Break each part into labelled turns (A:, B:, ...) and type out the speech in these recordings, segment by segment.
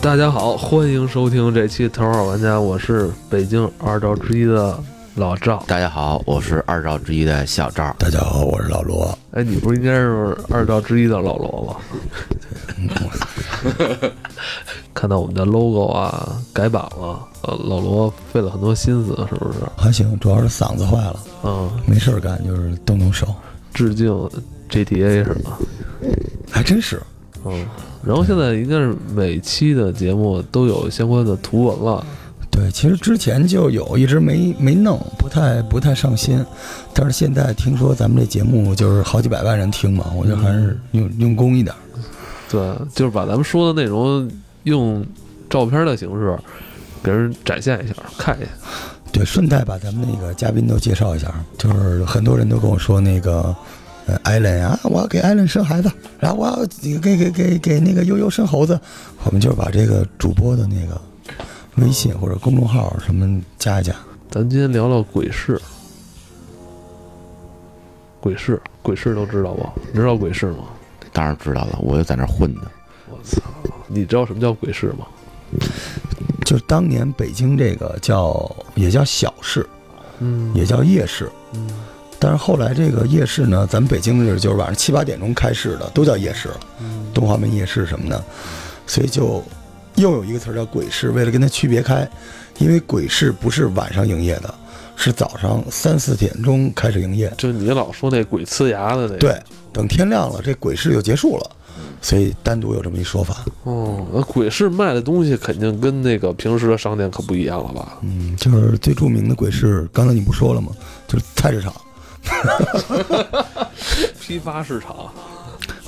A: 大家好，欢迎收听这期《头号玩家》，我是北京二赵之一的老赵。
B: 大家好，我是二赵之一的小赵。
C: 大家好，我是老罗。
A: 哎，你不是应该是二赵之一的老罗吗？看到我们的 logo 啊，改版了，呃，老罗费了很多心思，是不是？
C: 还行，主要是嗓子坏了，
A: 嗯，
C: 没事儿干，就是动动手。
A: 致敬 GTA 是吧？
C: 还真是，
A: 嗯，然后现在应该是每期的节目都有相关的图文了。
C: 对，其实之前就有，一直没没弄，不太不太上心。但是现在听说咱们这节目就是好几百万人听嘛，我觉得还是用、用功一点。
A: 对，就是把咱们说的内容用照片的形式给人展现一下，看一下。
C: 对，顺带把咱们那个嘉宾都介绍一下，就是很多人都跟我说那个。呃，艾伦啊，我要给艾伦生孩子，然后我要给给给给给那个悠悠生猴子，我们就把这个主播的那个微信或者公众号什么加一加。
A: 咱今天聊聊鬼市，鬼市，鬼市都知道吧？你知道鬼市吗？
B: 当然知道了，我就在那儿混呢。
A: 我操！你知道什么叫鬼市吗？
C: 就是当年北京这个叫也叫小市，
A: 嗯
C: 也叫夜市，
A: 嗯
C: 但是后来这个夜市呢，咱们北京是就是晚上七八点钟开市的，都叫夜市，
A: 嗯
C: 东华门夜市什么的，所以就又有一个词儿叫鬼市，为了跟它区别开，因为鬼市不是晚上营业的，是早上三四点钟开始营业，
A: 就你老说那鬼呲牙的那个。
C: 对，嗯等天亮了，这鬼市就结束了，所以单独有这么一说法，
A: 哦，那鬼市卖的东西肯定跟那个平时的商店可不一样了吧？
C: 嗯，就是最著名的鬼市，刚才你不说了吗？就是菜市场。
A: 批发市场，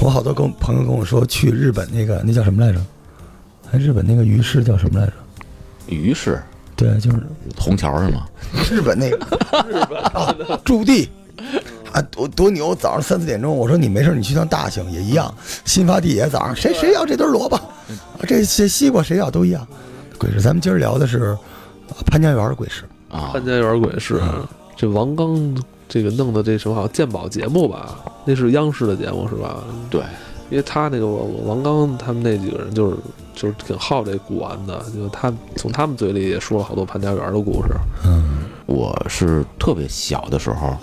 C: 我好多跟朋友跟我说去日本那个那叫什么来着？哎，日本那个鱼市叫什么来着？
B: 于是
C: 对，就是
B: 虹桥是吗？
C: 日本那个日本啊，驻地啊，多多牛！早上三四点钟，我说你没事，你去趟大兴也一样，新发地也早上，谁谁要这根萝卜，啊，这这西瓜谁要都一样。鬼市，咱们今儿聊的是啊潘家园鬼市，
B: 啊，
A: 潘家园鬼市，这王刚这个弄的这什么好像鉴宝节目吧？那是央视的节目是吧？
B: 对，
A: 因为他那个王王刚他们那几个人就是就是挺好这古玩的，就他从他们嘴里也说了好多潘家园的故事。
C: 嗯，
B: 我是特别小的时候，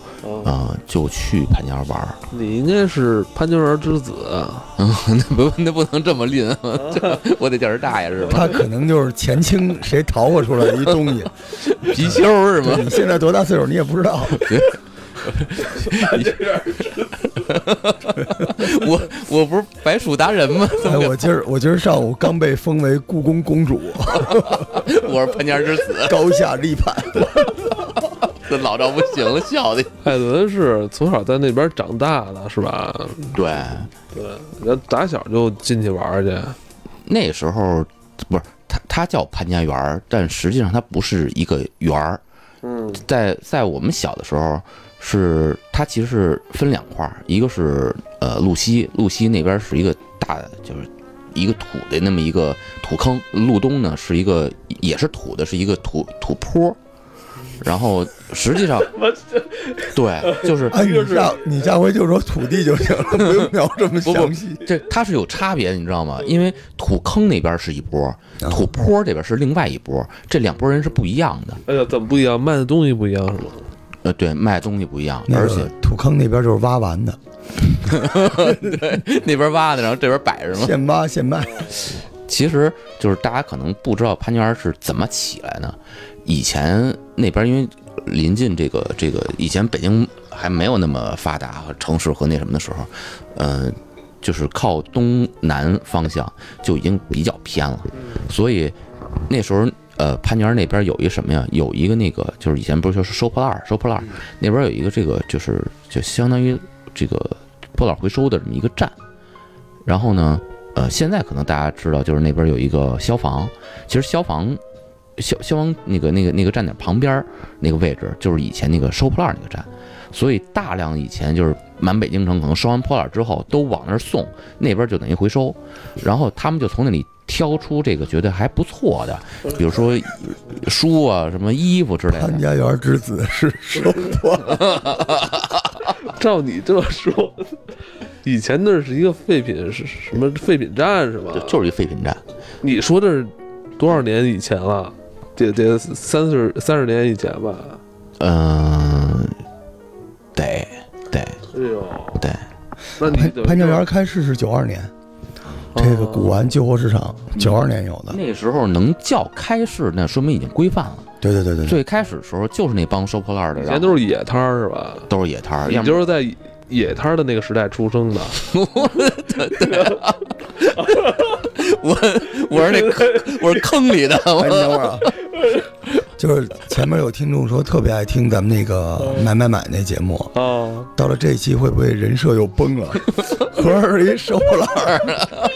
B: 啊，就去潘家园玩儿。
A: 你应该是潘家园之子，
B: 嗯，那 不那不能这么 吝，这我得叫人大爷是吧？
C: 他可能就是前清谁淘过出来的一东 西，
B: 貔貅是吗？
C: 你现在多大岁数你也不知道，
B: 我我不是白鼠达人吗？怎
C: 哎，
B: 么
C: 我今儿我今儿上午刚被封为故宫公主，
B: 我是潘家园之子？
C: 高下立判。
B: 这老赵不行了，笑的。
A: 艾伦是从小在那边长大的，是吧？
B: 对，
A: 对，然后打小就进去玩去。
B: 那时候不是他，他叫潘家园儿，但实际上它不是一个园儿。
A: 嗯
B: 在在我们小的时候，是它其实是分两块儿，一个是呃路西，路西那边是一个大的，就是一个土的那么一个土坑，路东呢是一个也是土的，是一个土土坡。然后实际上，对，就是
C: 哎，你下你下回就说土地 就行了，不用聊这么
B: 不不
C: 详 细。
B: 这它是有差别的，你知道吗？因为土坑那边是一波，
C: 啊
B: 土坡这边是另外一波，这两拨人是不一样的。
A: 哎呀，怎么不一样？卖的东西不一样是吗？
B: 呃，对，卖东西不一样，
C: 那
B: 而
C: 个
B: 且
C: 土坑那边就是挖完的，
B: 那边挖的，然后这边摆着嘛。
C: 现挖现卖。
B: 哎其实就是大家可能不知道潘家园是怎么起来的。以前那边因为临近这个这个，以前北京还没有那么发达和城市和那什么的时候，呃，就是靠东南方向就已经比较偏了，所以那时候。呃，潘家园那边有一什么呀？有一个那个，就是以前不是说是收破烂儿，收破烂儿那边有一个这个，就是就相当于这个破烂儿回收的这么一个站。然后呢，呃，现在可能大家知道，就是那边有一个消防，其实消防消消防那个那个那个站点旁边儿那个位置，就是以前那个收破烂儿那个站，所以大量以前就是满北京城可能收完破烂儿之后都往那儿送，那边就等于回收，然后他们就从那里。挑出这个觉得还不错的，比如说书啊、什么衣服之类的
C: 潘。家园之
B: 哎
C: 子是收获，
A: 照你这么说，以前那是一个废品是什么废品站是吧？
B: 就就是一废品站。
A: 你说这是多少年以前了？得得三十三十年以前吧。
B: 嗯，对对
A: 哎呦，
B: 对，
A: 那你
B: 哎
C: 潘
A: 得
C: 潘家园开市是九二年，
B: 哦
C: 这个古玩旧货市场九二年有的。
B: 那时候能叫开市，那说明已经规范了。
C: 对对对对对，
B: 最开始的时候就是那帮收破烂的，
A: 以
B: 然后
A: 前都是野摊儿是吧？
B: 都是野摊儿，
A: 你
B: 要
A: 就
B: 么
A: 是在野摊儿的那个时代出生的，
B: 我 我是那坑我是坑里的，
C: 哎，你等会 儿啊，就是前面有听众说特别爱听咱们那个
B: 嗯
C: 买买买那节目，
B: 哦
A: 啊，
C: 到了这一期会不会人设又崩 了？合着是一收破烂
B: 哎
C: 儿。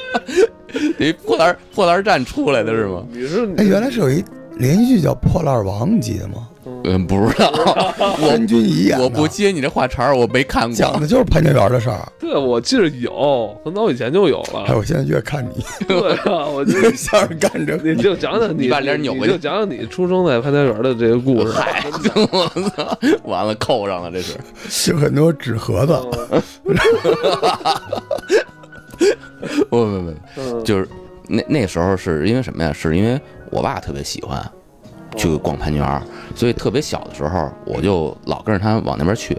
B: 你破烂儿破烂儿站出来的是吗？
A: 你是
C: 哎，原来是有一连续剧叫《破烂王》，你记得吗？
B: 嗯，不知道，
C: 潘
B: 我
C: 君怡演的，
B: 我不啊接你这话茬儿，我没看
C: 讲
B: 过。
C: 的就是潘家园的事儿。
A: 对，我记得有，很早以前就有
C: 哎，
A: 了。
C: 我现在越看你
A: 对啊，我就
C: 越像是干这
A: 你就讲讲你，
B: 你把脸扭
A: 你
B: 过去
A: 就讲讲你出生在潘家园的这个故事。
B: 嗨，我操，完了扣上了，这是
C: 有很多纸盒子，
B: 哦
A: 嗯
B: 不不不，
A: 嗯
B: 就是那那时候是因为什么呀？是因为我爸特别喜欢去逛潘家园儿，所以特别小的时候我就老跟着他往那边去。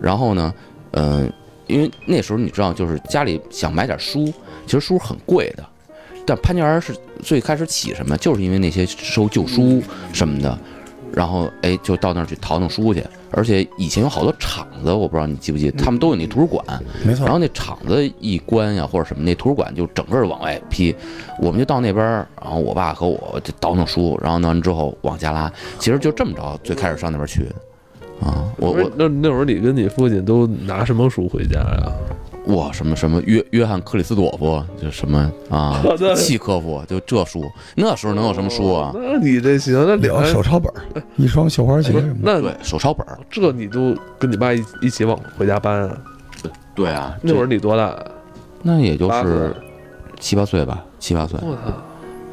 B: 然后呢，嗯、因为那时候你知道，就是家里想买点书，其实书很贵的。但潘家园儿是最开始起什么，就是因为那些收旧书什么的，然后哎就到那儿去淘弄书去。而且以前有好多厂子，我不知道你记不记，得，他们都有那图书馆，
C: 没错
B: 然。后那厂子一关呀，或者什么，那图书馆就整个儿往外批，我们就到那边儿，然后我爸和我就倒腾书，然后弄完之后往家拉，其实就这么着，最开始上那边去的啊，我
A: 不是
B: 我
A: 那那会儿你跟你父亲都拿什么书回家呀？
B: 我什么什么约约翰克里斯朵夫，就什么啊
A: 我的，
B: 契科夫，就这书，那时候能有什么书啊
A: 哦？那你这行，那
C: 有
A: 两哎
C: 手抄本儿，
B: 呃
C: 一双绣花
B: 哎
C: 鞋
A: 不
C: 什
A: 是
C: 么的。
A: 那
B: 对，手抄本儿，
A: 这你都跟你爸一一起往回家搬啊？
B: 对啊，
A: 那会
B: 这
A: 儿你多大？
B: 那也就
A: 八
B: 是
A: 岁
B: 七八岁吧，七八岁，
A: 我操！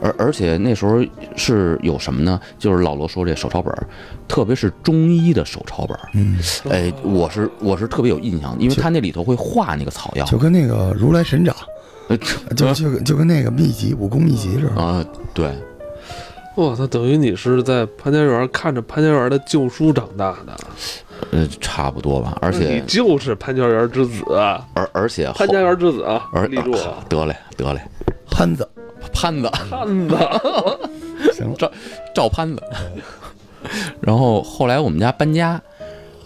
B: 而而且那时候是有什么呢？就是老罗说这手抄本儿，特别是中医的手抄本儿。
C: 嗯，
B: 哎，我是我是特别有印象，因为
C: 就
B: 他那里头会画那个草药
C: 就跟那个如来神掌，
B: 呃
C: 就就跟就跟那个秘籍武功秘籍似的。
B: 啊，对，
A: 我操！等于你是在潘家园看着潘家园的旧书长大的，
B: 呃，差不多吧。而
A: 嗯你
B: 且
A: 就是潘家园之子，啊
B: 而而且后
A: 潘家园之子啊！
B: 而
A: 立住啊！
B: 啊得嘞得嘞，
C: 潘子，
B: 潘子
A: 汉子，
C: 行了，
B: 赵潘子。 然后后来我们家搬家，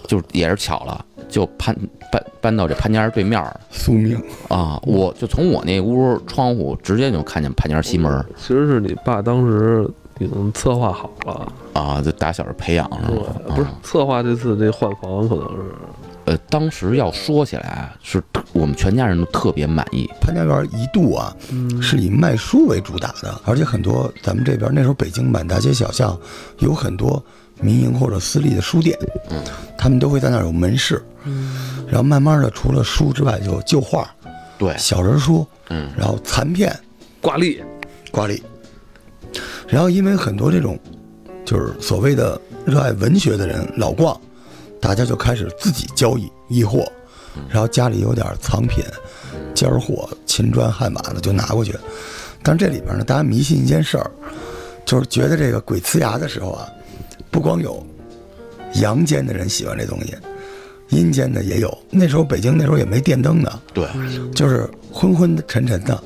B: 就也是巧了，就搬搬搬到这潘家园对面儿
C: 宿命。
B: 啊，我就从我那屋窗户直接就看见潘家园西门儿
A: 其实是你爸当时已经策划好了，
B: 啊，就打小是培养上
A: 对
B: 了，，
A: 不是
B: 啊
A: 策划这次这换房可能是
B: 呃，当时要说起来啊，是特我们全家人都特别满意，
C: 潘家园一度啊是以卖书为主打的，而且很多咱们这边那时候北京满大街小巷有很多民营或者私立的书店，嗯，他们都会在那儿有门市，嗯，哎然后慢慢的除了书之外就有旧画、
B: 对
C: 小人书，
B: 嗯，
C: 然后残片、
A: 挂历，
C: 挂历，然后因为很多这种就是所谓的热爱文学的人老逛，大家就开始自己交易易货，然后家里有点藏品、尖儿货、秦砖汉瓦的就拿过去。但是这里边呢，大家迷信一件事儿，就是觉得这个鬼呲牙的时候啊，不光有阳间的人喜欢这东西，阴间的也有。那时候北京那时候也没电灯呢，
B: 对，
C: 就是昏昏沉沉的，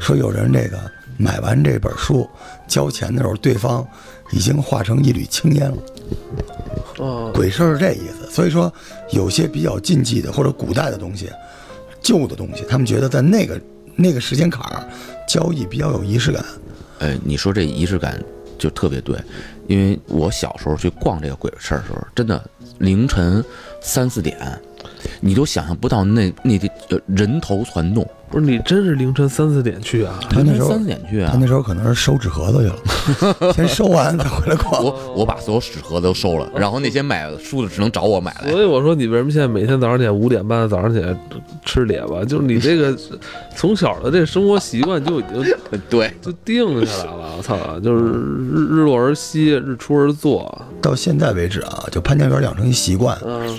C: 说有人这个买完这本书交钱的时候，对方已经化成一缕青烟了。
A: 啊，
C: 鬼事儿是这意思。所以说，有些比较禁忌的或者古代的东西、旧的东西，他们觉得在那个那个时间坎儿交易比较有仪式感。
B: 呃，你说这仪式感就特别对，因为我小时候去逛这个鬼市儿的时候，真的凌晨三四点，你都想象不到那那地呃人头攒动，
A: 不是你真是凌晨三四点去啊？
C: 他那时
B: 凌晨
C: 候
B: 三四点去
C: 他
B: 啊
C: 那。时候可能是收纸盒子去了，先收完再回来逛。
B: 我我把所有纸盒子都收
A: 哦
B: 了，然后那些买书的只能找我买来。
A: 所以我说你为什么现在每天早上起来五点半早上起来吃列巴？就是你这 个从小的这生活习惯就已经
B: 呃对，
A: 就定下来了。我操，就是日日落而息，日出而作。
C: 到现在为止啊，就潘家园养成一习惯，
A: 嗯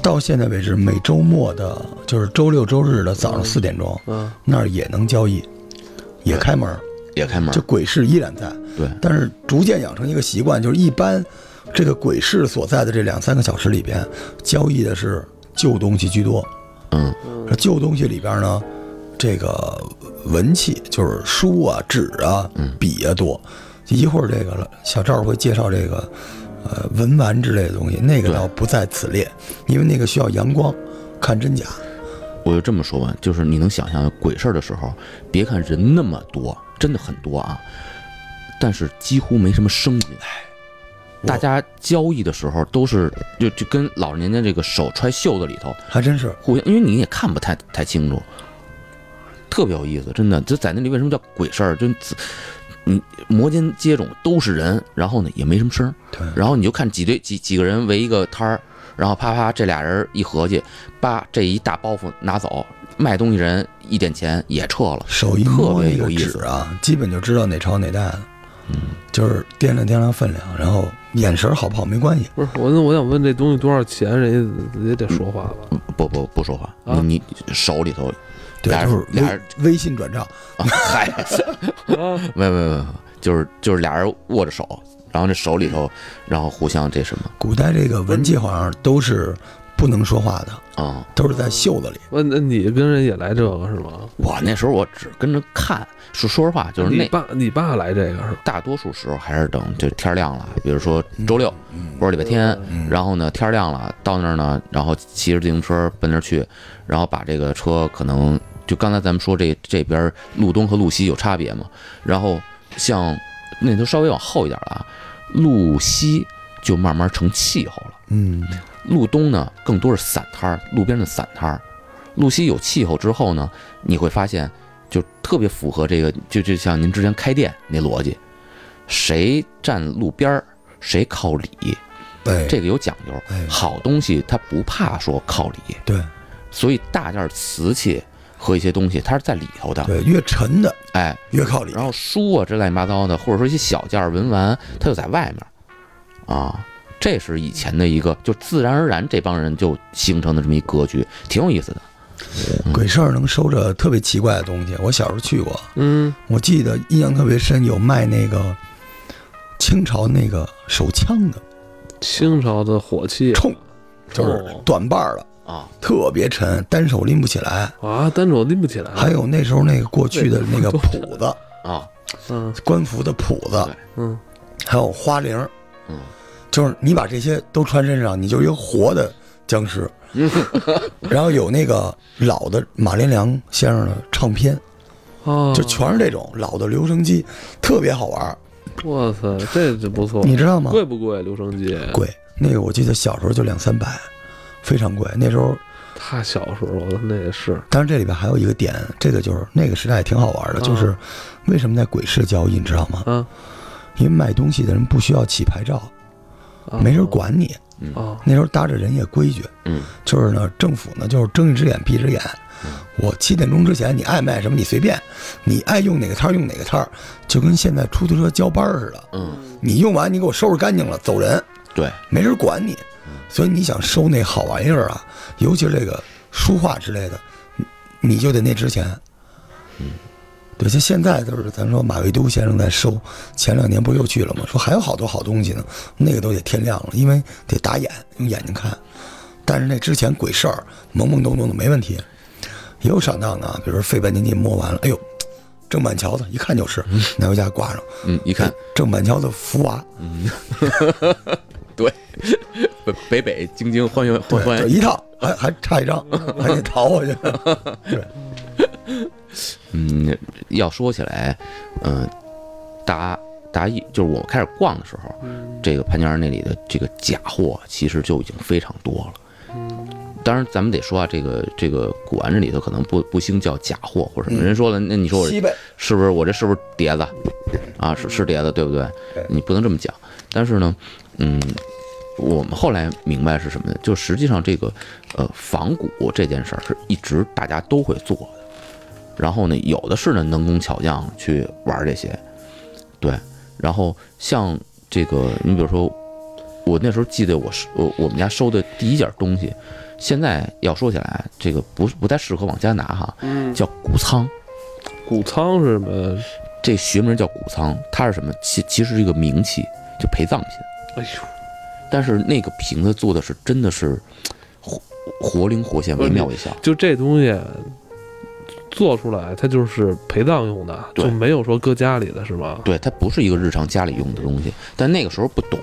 C: 到现在为止，每周末的，就是周六周日的早上四点钟，
A: 嗯，
C: 那儿也能交易，也开门儿，
B: 也开门
C: 就，鬼市依然在。
B: 啊对，
C: 但是逐渐养成一个习惯，就是一般这个鬼市所在的这两三个小时里边，交易的是旧东西居多。
B: 嗯，
C: 而旧东西里边呢，这个文器就是书啊、纸啊、
B: 嗯
C: 笔啊多。一会儿这个了，小赵会介绍这个呃文玩之类的东西，那个
B: 对
C: 倒不在此列，因为那个需要阳光看真假。
B: 我就这么说吧，就是你能想象鬼事儿的时候，别看人那么多，真的很多啊，但是几乎没什么声音。大家交易的时候都是就就跟老人家这个手揣袖子里头
C: 还真是，
B: 互相，因为你也看不太太清楚，特别有意思，真的。就在那里为什么叫鬼事儿？就你摩肩接踵都是人，然后呢也没什么声儿，
C: 对，
B: 然后你就看几对几几个人围一个摊儿，然后啪啪这俩人一合计，把这一大包袱拿走，卖东西人一点钱也撤了，
C: 手一
B: 特
C: 摸
B: 别
C: 那个
B: 有意
C: 纸
B: 思。
C: 啊，基本就知道哪朝哪代了。嗯，就是掂量掂量分量，然后眼神好不好没关系。
A: 不是我，那我想问这东西多少钱，人家也得说话吧？
B: 不不不说话，
A: 啊
B: 你你手里 头
C: 对，
B: 俩
C: 就
B: 人
C: 是
B: 俩人
C: 微微信转账，
B: 啊，嗨，没有没有没有，就是就是俩人握着手，然后这手里头，然后互相这什么
C: 古代这个文器好像都是不能说话的，
B: 啊、
C: 都是在袖子里。
A: 问那你跟人也来这个是吗？
B: 我那时候我只跟着看，说说实话，就是
A: 你
B: 那
A: 爸，你爸来这个是吧？
B: 大多数时候还是等就天儿亮了，比如说周六或者礼拜天，然后呢天儿亮了到那儿呢，然后骑着自行车奔那儿去，然后把这个车可能就刚才咱们说这这边儿路东和路西有差别嘛，然后像那都稍微往后一点了啊，路西就慢慢成气候了。
C: 嗯，
B: 路东呢更多是散摊儿，路边的散摊儿。路西有气候之后呢，你会发现就特别符合这个，就就像您之前开店那逻辑，谁站路边儿，谁靠里，
C: 对，
B: 这个有讲究
C: 哎。
B: 好东西它不怕说靠里，
C: 对
B: 所以大件儿瓷器和一些东西它是在里头的，
C: 对，越沉的
B: 哎，
C: 越靠里
B: 然。后书啊，这乱七八糟的，或者说一些小件儿文玩，它就在外面啊。这是以前的一个，就自然而然这帮人就形成的这么一格局，挺有意思的。
C: 鬼市儿能收着特别奇怪的东西，我小时候去过，
A: 嗯，
C: 我记得印象特别深，有卖那个清朝那个手枪的，
A: 清朝的火器
C: 冲，就是
A: 哦
C: 短把儿的，
B: 啊，
C: 特别沉，单手拎不起来。
A: 啊，单手拎不起来。
C: 还有那时候那个过去的那个谱子，
B: 啊，
A: 嗯
C: 官服的谱子，
A: 嗯，
C: 还有花翎儿，
B: 嗯，
C: 就是你把这些都穿身上，你就是一个活的 僵尸。然后有那个老的马连良先生的唱片，
A: 哦，
C: 就全是这种老的留声机，特别好玩儿，
A: 哇塞，这就不错。
C: 你知道吗？
A: 嗯贵不贵？留声机
C: 贵，那个我记得小时候就两三百，非常贵。那时候，
A: 太小时候了，那也是。
C: 当然这里边还有一个点，这个就是那个时代也挺好玩的，
A: 嗯
C: 就是为什么在鬼市交易，你知道吗？
A: 啊，
C: 因为卖东西的人不需要起牌照，
A: 啊
C: 没人管你。
A: 啊。
C: 那时候搭着人也规矩，
B: 嗯，
C: 就是呢，政府呢就是睁一只眼闭一只眼。我七点钟之前，你爱卖什么你随便，你爱用哪个摊儿用哪个摊儿，就跟现在出租车交班儿似的。
B: 嗯，
C: 你用完你给我收拾干净了走人，
B: 对，
C: 没人管你。所以你想收那好玩意儿啊，尤其是这个书画之类的，你你就得那值钱。对，像现在就是咱说马未都先生在收，前两年不是又去了吗？说还有好多好东西呢，那个都得天亮了，因为得打眼，用眼睛看。但是那之前鬼事儿懵懵懂懂的没问题，也有上当的啊，比如说费半天劲摸完了，哎呦，郑板桥的，一看就是，拿回家挂上，
B: 嗯，一看，
C: 郑板桥的福娃，
B: 对， 北北北京京欢迎欢
C: 对，就一套，还还差一张， 还得逃回去。对，
B: 嗯，要说起来，嗯、达达意就是我开始逛的时候，这个潘家园那里的这个假货其实就已经非常多了。当然，咱们得说啊，这个这个古玩这里头可能不不兴叫假货或者什么。人说了，那你说我
C: 西贝
B: 是不是我这是不是碟子啊？是是碟子，对不对
C: 对？
B: 你不能这么讲。但是呢，嗯，我们后来明白是什么呢？就实际上这个呃仿古这件事儿是一直大家都会做的，然后呢，有的是呢能工巧匠去玩这些，对。然后像这个，你比如说我那时候记得我收我我们家收的第一件东西，现在要说起来，这个不不太适合往家拿哈，
A: 嗯，
B: 叫谷仓。
A: 谷仓是什么？
B: 这学名叫谷仓，它是什么？其其实是一个名器，就陪葬品。
A: 哎呦，
B: 但是那个瓶子做的是真的是活活灵活现，惟妙惟肖。
A: 就这东西做出来，它就是陪葬用的，
B: 对
A: 就没有说搁家里的是吗？
B: 对，它不是一个日常家里用的东西，但那个时候不懂，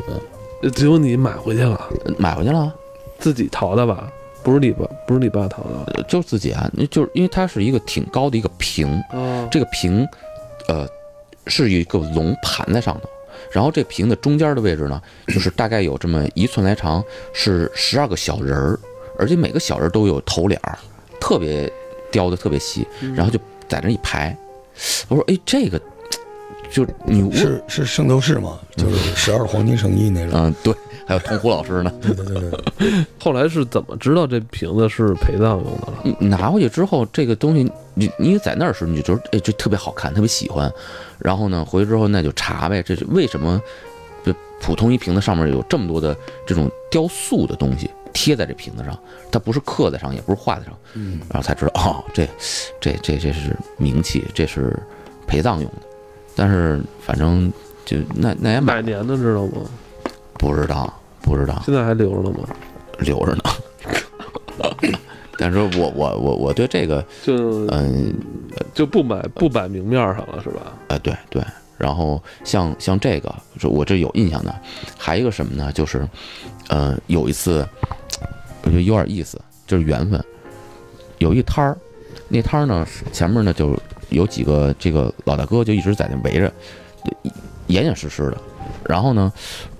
A: 只有你买回去了，
B: 呃买回去了啊，
A: 自己淘的吧？不是你爸，不是你爸淘的。
B: 呃就是自己啊，那就是因为它是一个挺高的一个瓶，
A: 哦，
B: 这个瓶，呃，是一个龙盘在上头，然后这瓶的中间的位置呢， 就是大概有这么一寸来长，是十二个小人儿，而且每个小人儿都有头脸儿，特别雕的特别细，然后就在那一排。我说，哎，这个就你问
C: 是是圣斗士嘛，就是十二黄金圣衣那种。
B: 嗯，对，还有童虎老师呢。
C: 对对 对对，
A: 后来是怎么知道这瓶子是陪葬用的了？
B: 你拿回去之后，这个东西你你在那儿的时候，你就觉得哎，这特别好看，特别喜欢。然后呢，回去之后那就查呗，这是为什么？这普通一瓶子上面有这么多的这种雕塑的东西贴在这瓶子上，它不是刻在上，也不是画在上，
C: 嗯，
B: 然后才知道哦，这这这这是名器，这是陪葬用的。但是反正就那那也
A: 哪
B: 买
A: 年的知道吗？
B: 不知道不知道
A: 现在还留着呢吗？
B: 留着呢。 但是我我我我对这个
A: 就
B: 嗯。
A: 呃就不买不摆明面上了是吧？
B: 啊，对对。然后像像这个，这我这有印象的，还有一个什么呢？就是，呃，有一次，我觉得有点意思，就是缘分。有一摊儿，那摊儿呢前面呢就有几个这个老大哥就一直在那围着，严严实实的。然后呢，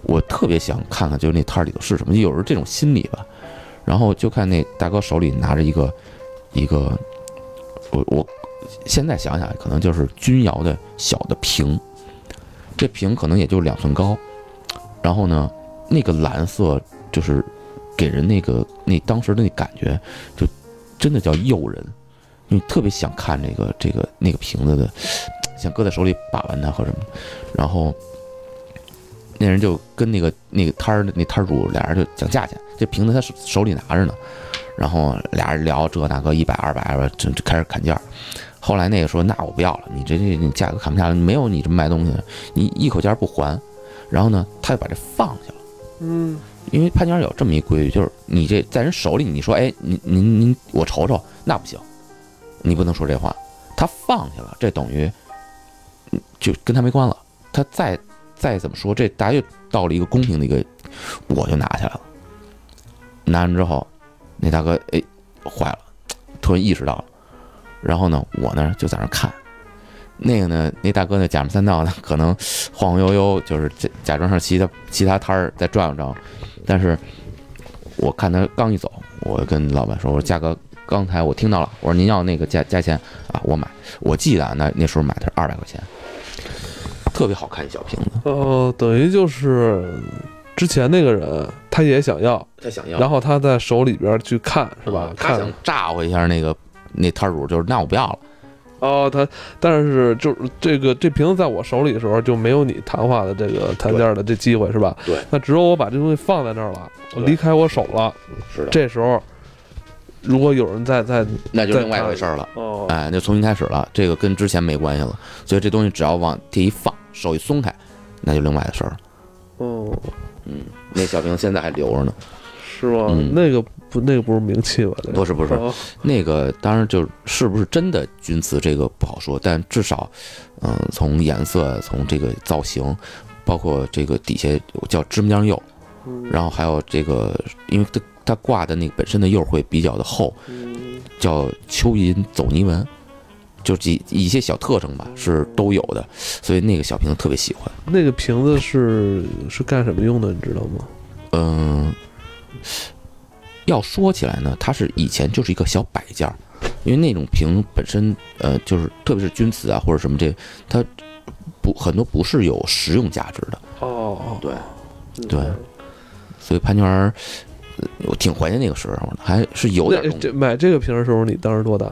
B: 我特别想看看就是那摊儿里头是什么，有时候这种心理吧。然后就看那大哥手里拿着一个一个，我我现在想想，可能就是钧窑的小的瓶，这瓶可能也就两寸高，然后呢，那个蓝色就是给人那个那当时的那感觉，就真的叫诱人，你特别想看这个这个那个瓶子的，想搁在手里把玩它或什么，然后那人就跟那个那个摊儿那摊儿主俩人就讲价钱，这瓶子他手手里拿着呢，然后俩人聊这那个一百二百吧，就就开始砍价。后来那个说，那我不要了，你这这你价格砍不下来，没有你这么卖东西的，你一口价不还。然后呢，他就把这放下了，
A: 嗯，
B: 因为潘家园有这么一规矩，就是你这在人手里，你说，哎，您您您，我瞅瞅，那不行，你不能说这话。他放下了，这等于嗯就跟他没关了。他再再怎么说，这大家就到了一个公平的一个，我就拿下来了。拿完之后，那大哥哎坏了，突然意识到了。然后呢，我呢就在那儿看，那个呢，那大哥呢假模三道的，可能晃晃悠悠，就是假假装上其他其他摊儿再转悠转悠。但是我看他刚一走，我跟老板说：“我说价格，刚才我听到了，我说您要那个价价钱啊，我买。我记得啊，那那时候买的是二百块钱，特别好看一小瓶子，
A: 哦，等于就是之前那个人他也想要，
B: 他想
A: 然后他在手里边去看是吧？
B: 啊他
A: 看
B: 想炸呼一下那个那摊主，就是那我不要了。
A: 哦，他但是就是这个这瓶子在我手里的时候就没有你谈话的这个谈价的这机会是吧？
B: 对，
A: 那只有我把这东西放在那儿了，我
B: 对
A: 离开我手了，
B: 是的，
A: 这时候如果有人在在
B: 那就是另外一回事儿了。
A: 哦，
B: 哎，就重新开始了，这个跟之前没关系了。所以这东西只要往地一放，手一松开，那就另外的事儿了。
A: 哦，
B: 那小瓶现在还留着呢。
A: 是吗？
B: 嗯
A: 那个不那个不是名气吧？这
B: 不是不是，
A: 哦
B: 那个当然就是是不是真的钧瓷这个不好说，但至少，嗯、从颜色，从这个造型，包括这个底下叫芝麻酱釉，
A: 嗯
B: 然后还有这个，因为它它挂的那个本身的釉会比较的厚，
A: 嗯
B: 叫蚯蚓走泥纹，就几一些小特征吧是都有的，所以那个小瓶子特别喜欢。
A: 那个瓶子是是干什么用的？你知道吗？
B: 嗯，要说起来呢，它是以前就是一个小摆件儿，因为那种瓶本身，呃，就是特别是钧瓷啊或者什么这，它不很多不是有实用价值的，
A: 哦，
B: 对
A: 嗯
B: 对所以潘娟儿，呃我挺怀念那个时候的，还是有点
A: 那
B: 东西
A: 这买这个瓶的时候，你当时多大？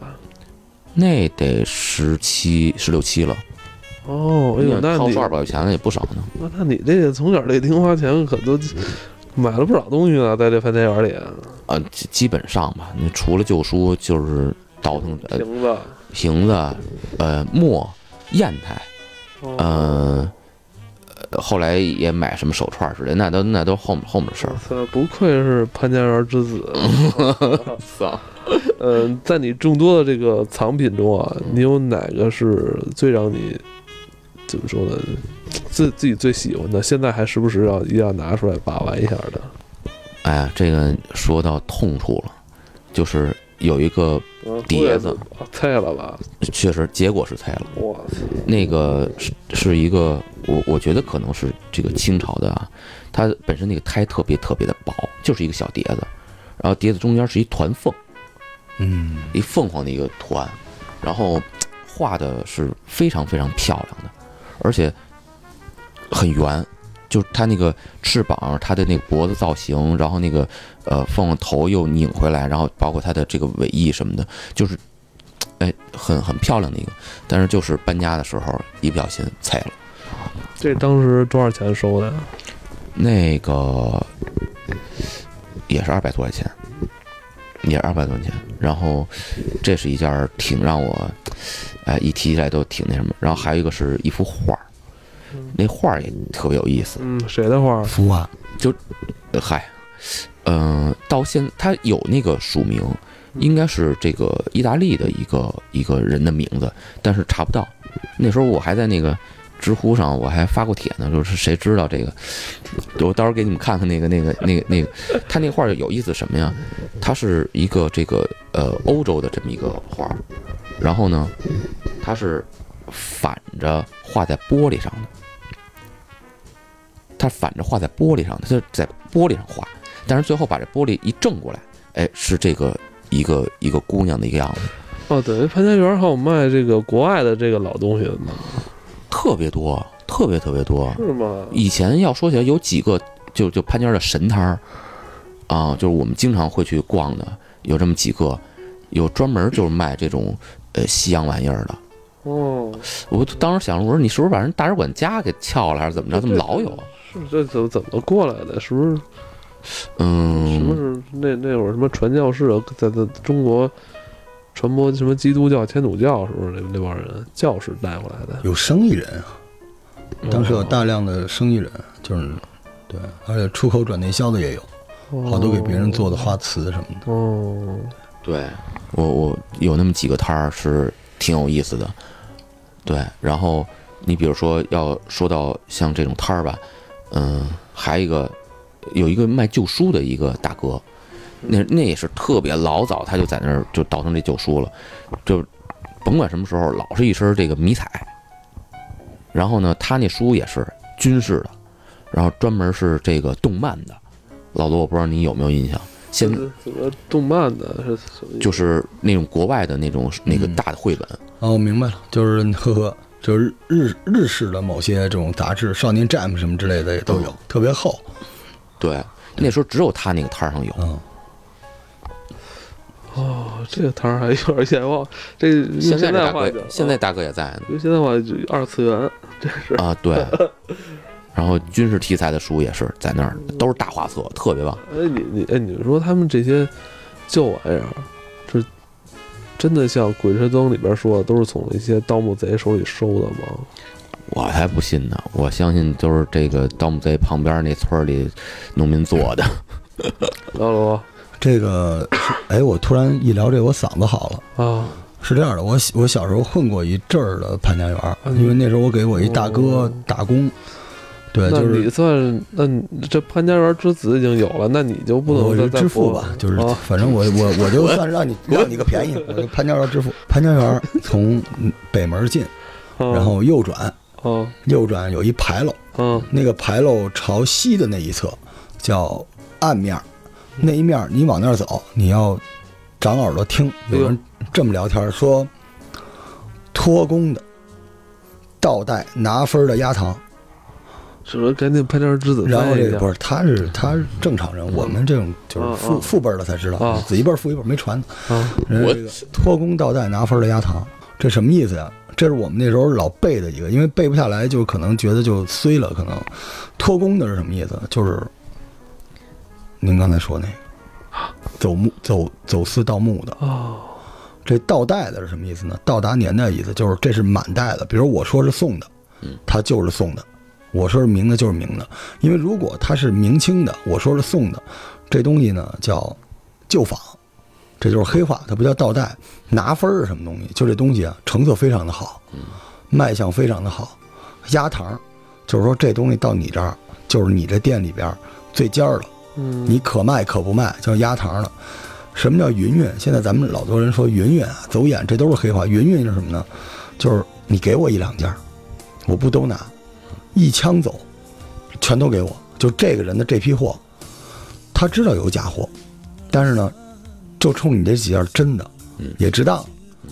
B: 那得十七、十六七了，
A: 哦，哎呦，那
B: 掏
A: 你
B: 出二百块钱了也不少呢。
A: 那那你这个从小这零花钱可都买了不少东西呢，在这潘家园里，
B: 呃，基基本上吧，你除了旧书就是倒腾呃
A: 瓶子，
B: 瓶子，呃墨、砚台，
A: 哦
B: 呃，呃后来也买什么手串之类，那都那都后面后面的事儿
A: 我。操，呃不愧是潘家园之子。
B: 操，
A: 嗯，在你众多的这个藏品中啊，你有哪个是最让你怎么说呢？自自己最喜欢的，现在还时不时要一定要拿出来把玩一下的。
B: 哎呀，这个说到痛处了，就是有一个
A: 嗯
B: 碟子
A: 菜了吧？
B: 确实结果是猜了，
A: 哇塞，
B: 那个是是一个我我觉得可能是这个清朝的啊，它本身那个胎特别特别的薄，就是一个小碟子，然后碟子中间是一团凤。
C: 嗯，
B: 一凤凰的一个图案，然后画的是非常非常漂亮的，而且很圆，就是它那个翅膀、它的那个脖子造型，然后那个呃凤凰头又拧回来，然后包括它的这个尾翼什么的，就是哎很很漂亮的一个，但是就是搬家的时候一不小心碎了。
A: 这当时多少钱收的呀？
B: 那个也是二百多块钱，也是二百多块钱。然后这是一件儿挺让我，哎，一提起来都挺那什么。然后还有一个是一幅画儿，那画儿也特别有意思。
A: 嗯，谁的画？
C: 福啊，
B: 呃嗨，嗯、到现它有那个署名，应该是这个意大利的一个一个人的名字，但是查不到。那时候我还在那个知乎上，我还发过帖呢，就是谁知道这个？我到时候给你们看看那个那个那个那个，他那画儿有意思什么呀？它是一个这个呃欧洲的这么一个画儿，然后呢，它是反着画在玻璃上的。它反着画在玻璃上，它就在玻璃上画，但是最后把这玻璃一正过来，哎，是这个一个一个姑娘的一个样子，
A: 哦，等于潘家园还有卖这个国外的这个老东西的呢，
B: 特别多，特别特别多。
A: 是吗？
B: 以前要说起来，有几个就就潘家园的神摊儿啊，就是我们经常会去逛的，有这么几个，有专门就是卖这种呃西洋玩意儿的。
A: 哦，
B: 我当时想，我说你是不是把人大使馆家给撬了，还是怎么着？怎么老有？
A: 是这怎么怎么过来的？是不是？是不
B: 嗯，
A: 是那那会儿什么传教士啊在在中国传播什么基督教、天主教，是不是那那帮人教士带过来的？
C: 有生意人啊，当时有
A: 哦
C: 大量的生意人，就是对，而且出口转内销的也有，
B: 哦
C: 好多给别人做的花瓷什么的。
A: 哦，
B: 对，我我有那么几个摊儿是挺有意思的，对。然后你比如说要说到像这种摊儿吧，嗯，还有一个有一个卖旧书的一个大哥，那那也是特别老早他就在那儿就倒腾这旧书了，就甭管什么时候老是一身这个迷彩，然后呢他那书也是军事的，然后专门是这个动漫的，老罗我不知道你有没有印象，现
A: 这怎么动漫的？是什么意思
B: 就是那种国外的那种那个大的绘本，
C: 哦，我明白了，就是 呵呵，就是日日式的某些这种杂志，《少年 Jump》什么之类的也都有，特别厚。
B: 对，那时候只有他那个摊儿上有。
C: 嗯，
A: 哦，这个摊儿还有点健忘。这用
B: 现在
A: 现
B: 这大哦
A: 在话
B: 哥
A: 讲，，哦
B: 现在大哥也在呢
A: 用现在话就二次元，
B: 啊，对。然后军事题材的书也是在那儿，都是大画册，特别棒。
A: 哎，你你哎，你说他们这些旧玩意儿，这真的像《鬼吹灯》里边说的，都是从一些盗墓贼手里收的吗？
B: 我才不信呢，我相信就是这个盗墓贼旁边那村儿里农民做的。
A: 老罗
C: 这个，哎，我突然一聊这，我嗓子好了。
A: 啊，
C: 是这样的，我小我小时候混过一阵儿的潘家园儿，
A: 嗯
C: 因为那时候我给我一大哥
A: 哦
C: 打工，对，
A: 那
C: 就
A: 你
C: 是
A: 算那你这潘家园之子已经有了，那你就不
C: 我
A: 能再
C: 是
A: 再
C: 支付
A: 播
C: 吧
A: 了，
C: 就是
A: 啊
C: 反正我我我就算让你让你个便宜，我就潘家园支付。潘家园儿从嗯北门进，
A: 啊
C: 然后右转，
A: 啊
C: 右转有一牌楼，
A: 啊
C: 那个牌楼朝西的那一侧叫暗面儿，
A: 嗯
C: 那一面儿你往那儿走，你要长耳朵听，有人这么聊天儿说，托工的倒带拿分儿的压堂，
A: 只能赶紧潘家园之子
C: 然后
A: 翻
C: 这
A: 一下嗯
C: 个不是他是他是正常人，我们这种就是
A: 啊
C: 父
A: 啊
C: 父辈儿的才知道
A: 啊，
C: 子一辈儿父一辈儿没传。
A: 啊，
C: 人家这个托工倒带拿分儿的压堂，这什么意思呀？这是我们那时候老背的一个，因为背不下来，就可能觉得就衰了。可能托工的是什么意思？就是您刚才说那个走墓走走私盗墓的，
A: 哦，
C: 这到代的是什么意思呢？到达年代的意思就是这是满代的，比如我说是宋的，它就是宋的；我说是明的，就是明的。因为如果它是明清的，我说是宋的，这东西呢叫旧仿，这就是黑化，它不叫到代。拿分儿是什么东西？就这东西啊，成色非常的好，卖相非常的好，压堂儿，就是说这东西到你这儿，就是你这店里边儿最尖儿了。
A: 嗯，
C: 你可卖可不卖，叫压堂了。什么叫云运？现在咱们老多人说云运啊、走眼，这都是黑话。云运是什么呢？就是你给我一两件儿，我不都拿，一枪走，全都给我。就这个人的这批货，他知道有假货，但是呢，就冲你这几件儿真的
B: 嗯，
C: 也值当。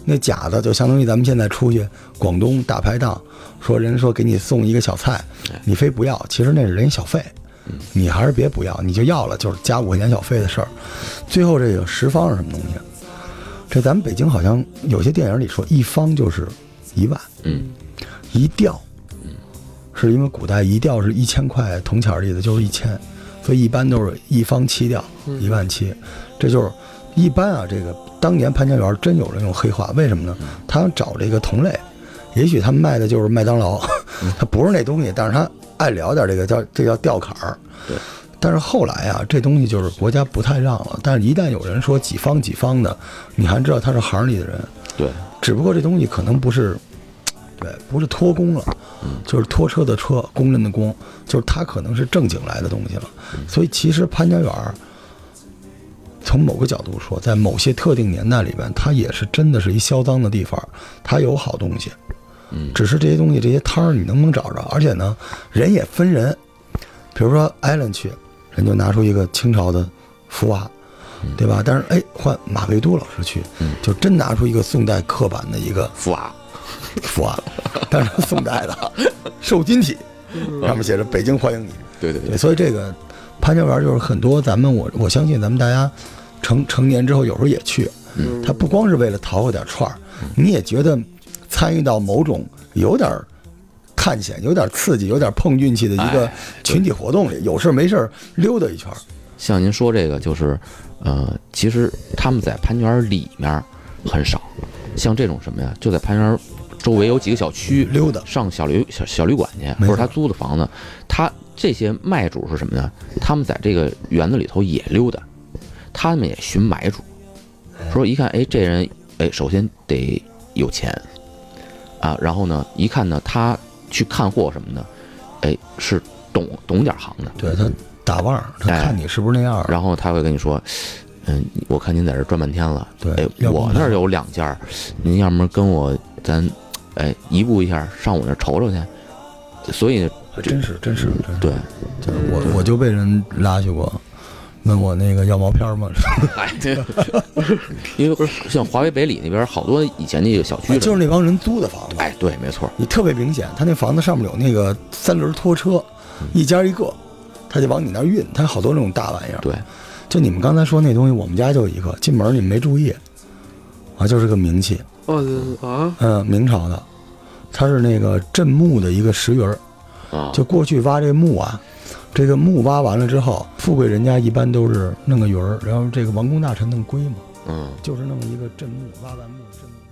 C: 那假的就相当于咱们现在出去广东大排档，说人说给你送一个小菜，
B: 哎
C: 你非不要，其实那是人小费。你还是别不要，你就要了，就是加五块钱小费的事儿。最后这个十方是什么东西啊？这咱们北京好像有些电影里说一方就是一万，
B: 嗯，
C: 一吊，是因为古代一吊是一千块铜钱儿的意思，就是一千，所以一般都是一方七吊，一万七，这就是一般啊。这个当年潘家园真有人用黑话，为什么呢？他想找这个同类，也许他们卖的就是麦当劳， 他不是那东西，但是他爱聊点这个叫这叫吊坎儿。
B: 对。
C: 但是后来啊，这东西就是国家不太让了。但是一旦有人说几方几方的，你还知道他是行里的人，
B: 对，
C: 只不过这东西可能不是，对，不是拖工了，
B: 嗯
C: 就是拖车的车，工人的工，就是它可能是正经来的东西了。
B: 嗯
C: 所以其实潘家园儿，从某个角度说，在某些特定年代里边，它也是真的是一销赃的地方，它有好东西，
B: 嗯
C: 只是这些东西这些摊儿你能不能找着？而且呢，人也分人，比如说艾伦去，人就拿出一个清朝的福娃。
B: 嗯
C: 对吧？但是哎，换马未都老师去，就真拿出一个宋代刻版的一个
B: 福娃，
C: 福 娃，但是宋代的瘦金体， 上面写着“北京欢迎你”。
B: 对嗯对
C: 对，，所以这个潘家园就是很多咱们我我相信咱们大家成成年之后有时候也去，
A: 嗯
C: 他不光是为了淘个点串儿，
B: 嗯
C: 你也觉得参与到某种有点儿探险、有点儿刺激、有点儿碰运气的一个
B: 哎
C: 群体活动里，有事儿没事儿溜达一圈儿。
B: 像您说这个就是，呃，其实他们在潘家园里面很少，像这种什么呀，就在潘家园周围有几个小区
C: 溜达
B: 上小旅小小旅馆去，或
C: 没错
B: 者他租的房子，他这些卖主是什么呢？他们在这个园子里头也溜达，他们也寻买主，说一看，哎，这人，哎，首先得有钱啊，然后呢，一看呢，他去看货什么的，哎，是懂懂点行的，
C: 对他打腕儿，他
B: 哎
C: 看你是不是那样儿。
B: 然后他会跟你说，嗯，我看您在这儿转半天了，
C: 对
B: 哎，
C: 要不
B: 我
C: 你
B: 那儿有两件儿，您要么跟我咱，哎，移步一下上我那儿瞅瞅去。所以，
C: 真是真是真是，
B: 对，
C: 就是我我就被人拉去过，问我那个要毛片儿吗？
B: 哎，对，因为像华北北里那边儿好多以前那个小区，
C: 啊 就是那帮人租的房子。
B: 哎，对，没错，
C: 你特别明显，他那房子上面有那个三轮拖车，
B: 嗯
C: 一家一个，他就往你那儿运，他有好多那种大玩意儿。
B: 对，
C: 就你们刚才说那东西，我们家就有一个，进门你们没注意，啊，就是个名器，
A: 哦啊，
C: 嗯、明朝的，它是那个镇墓的一个石鱼儿，
B: 啊，
C: 就过去挖这墓啊，这个墓挖完了之后，富贵人家一般都是弄个鱼儿，然后这个王公大臣弄龟嘛，
B: 嗯。
C: 就是弄一个镇墓，挖完墓镇墓。